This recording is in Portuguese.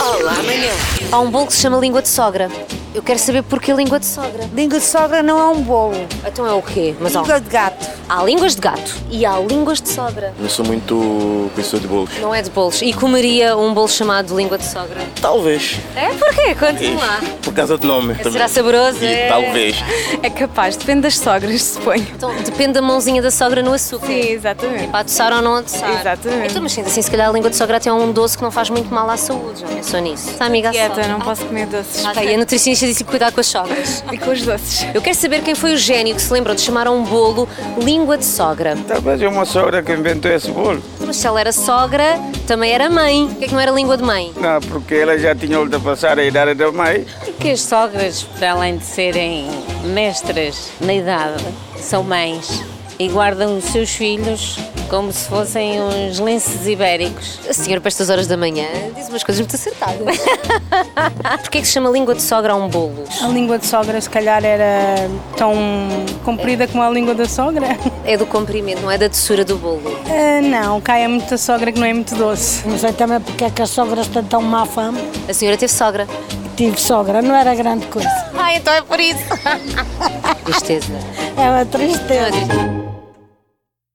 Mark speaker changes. Speaker 1: Olá, amanhã.
Speaker 2: Há um bolo que se chama língua de sogra. Eu quero saber porquê língua de sogra.
Speaker 3: Língua de sogra não é um bolo.
Speaker 2: Então é o quê? Mas há,
Speaker 3: Língua de gato.
Speaker 2: há línguas de gato e há línguas de sogra.
Speaker 4: Não sou muito pessoa de bolos.
Speaker 2: Não é de bolos. E comeria um bolo chamado língua de sogra?
Speaker 4: Talvez.
Speaker 2: É? Porquê? Conte-me lá.
Speaker 4: Por causa do nome. também.
Speaker 2: Será saboroso?
Speaker 4: E
Speaker 2: É.
Speaker 4: Talvez.
Speaker 5: É capaz, depende das sogras, suponho.
Speaker 2: Então depende da mãozinha da sogra no açúcar.
Speaker 5: Sim, exatamente.
Speaker 2: Para adoçar ou não adoçar.
Speaker 5: Exatamente.
Speaker 2: Então, mas sendo assim, se calhar a língua de sogra até é um doce que não faz muito mal à saúde. Já pensou nisso? Está amiga à
Speaker 5: Dieta,
Speaker 2: sogra.
Speaker 5: não posso comer doces.
Speaker 2: Ah, tá. E a nutricionista disse que cuidar com as sogras.
Speaker 5: E com os doces.
Speaker 2: Eu quero saber quem foi o gênio que se lembrou de chamar a um bolo língua de sogra.
Speaker 6: Talvez é uma sogra que inventou esse bolo.
Speaker 2: Mas se ela era sogra, também era mãe. Por que é que não era língua de mãe?
Speaker 6: Não, porque ela já tinha ultrapassado a idade da mãe.
Speaker 7: Que as sogras, para além de serem mestras na idade, são mães e guardam os seus filhos como se fossem uns lenços ibéricos.
Speaker 2: A senhora, para estas horas da manhã, diz umas coisas muito acertadas. Porquê é que se chama língua de sogra a um bolo?
Speaker 8: A língua de sogra, se calhar, era tão comprida como a língua da sogra?
Speaker 2: É do comprimento, não é da doçura do bolo.
Speaker 8: Ah, não, cá é muito da sogra que não é muito doce.
Speaker 9: Não sei também porque é que as sogras têm tão má fama.
Speaker 2: A senhora teve sogra.
Speaker 9: Tive sogra, não era grande coisa.
Speaker 2: Ah, então é por isso. Tristeza.
Speaker 9: É uma tristeza.
Speaker 2: Não é tristeza.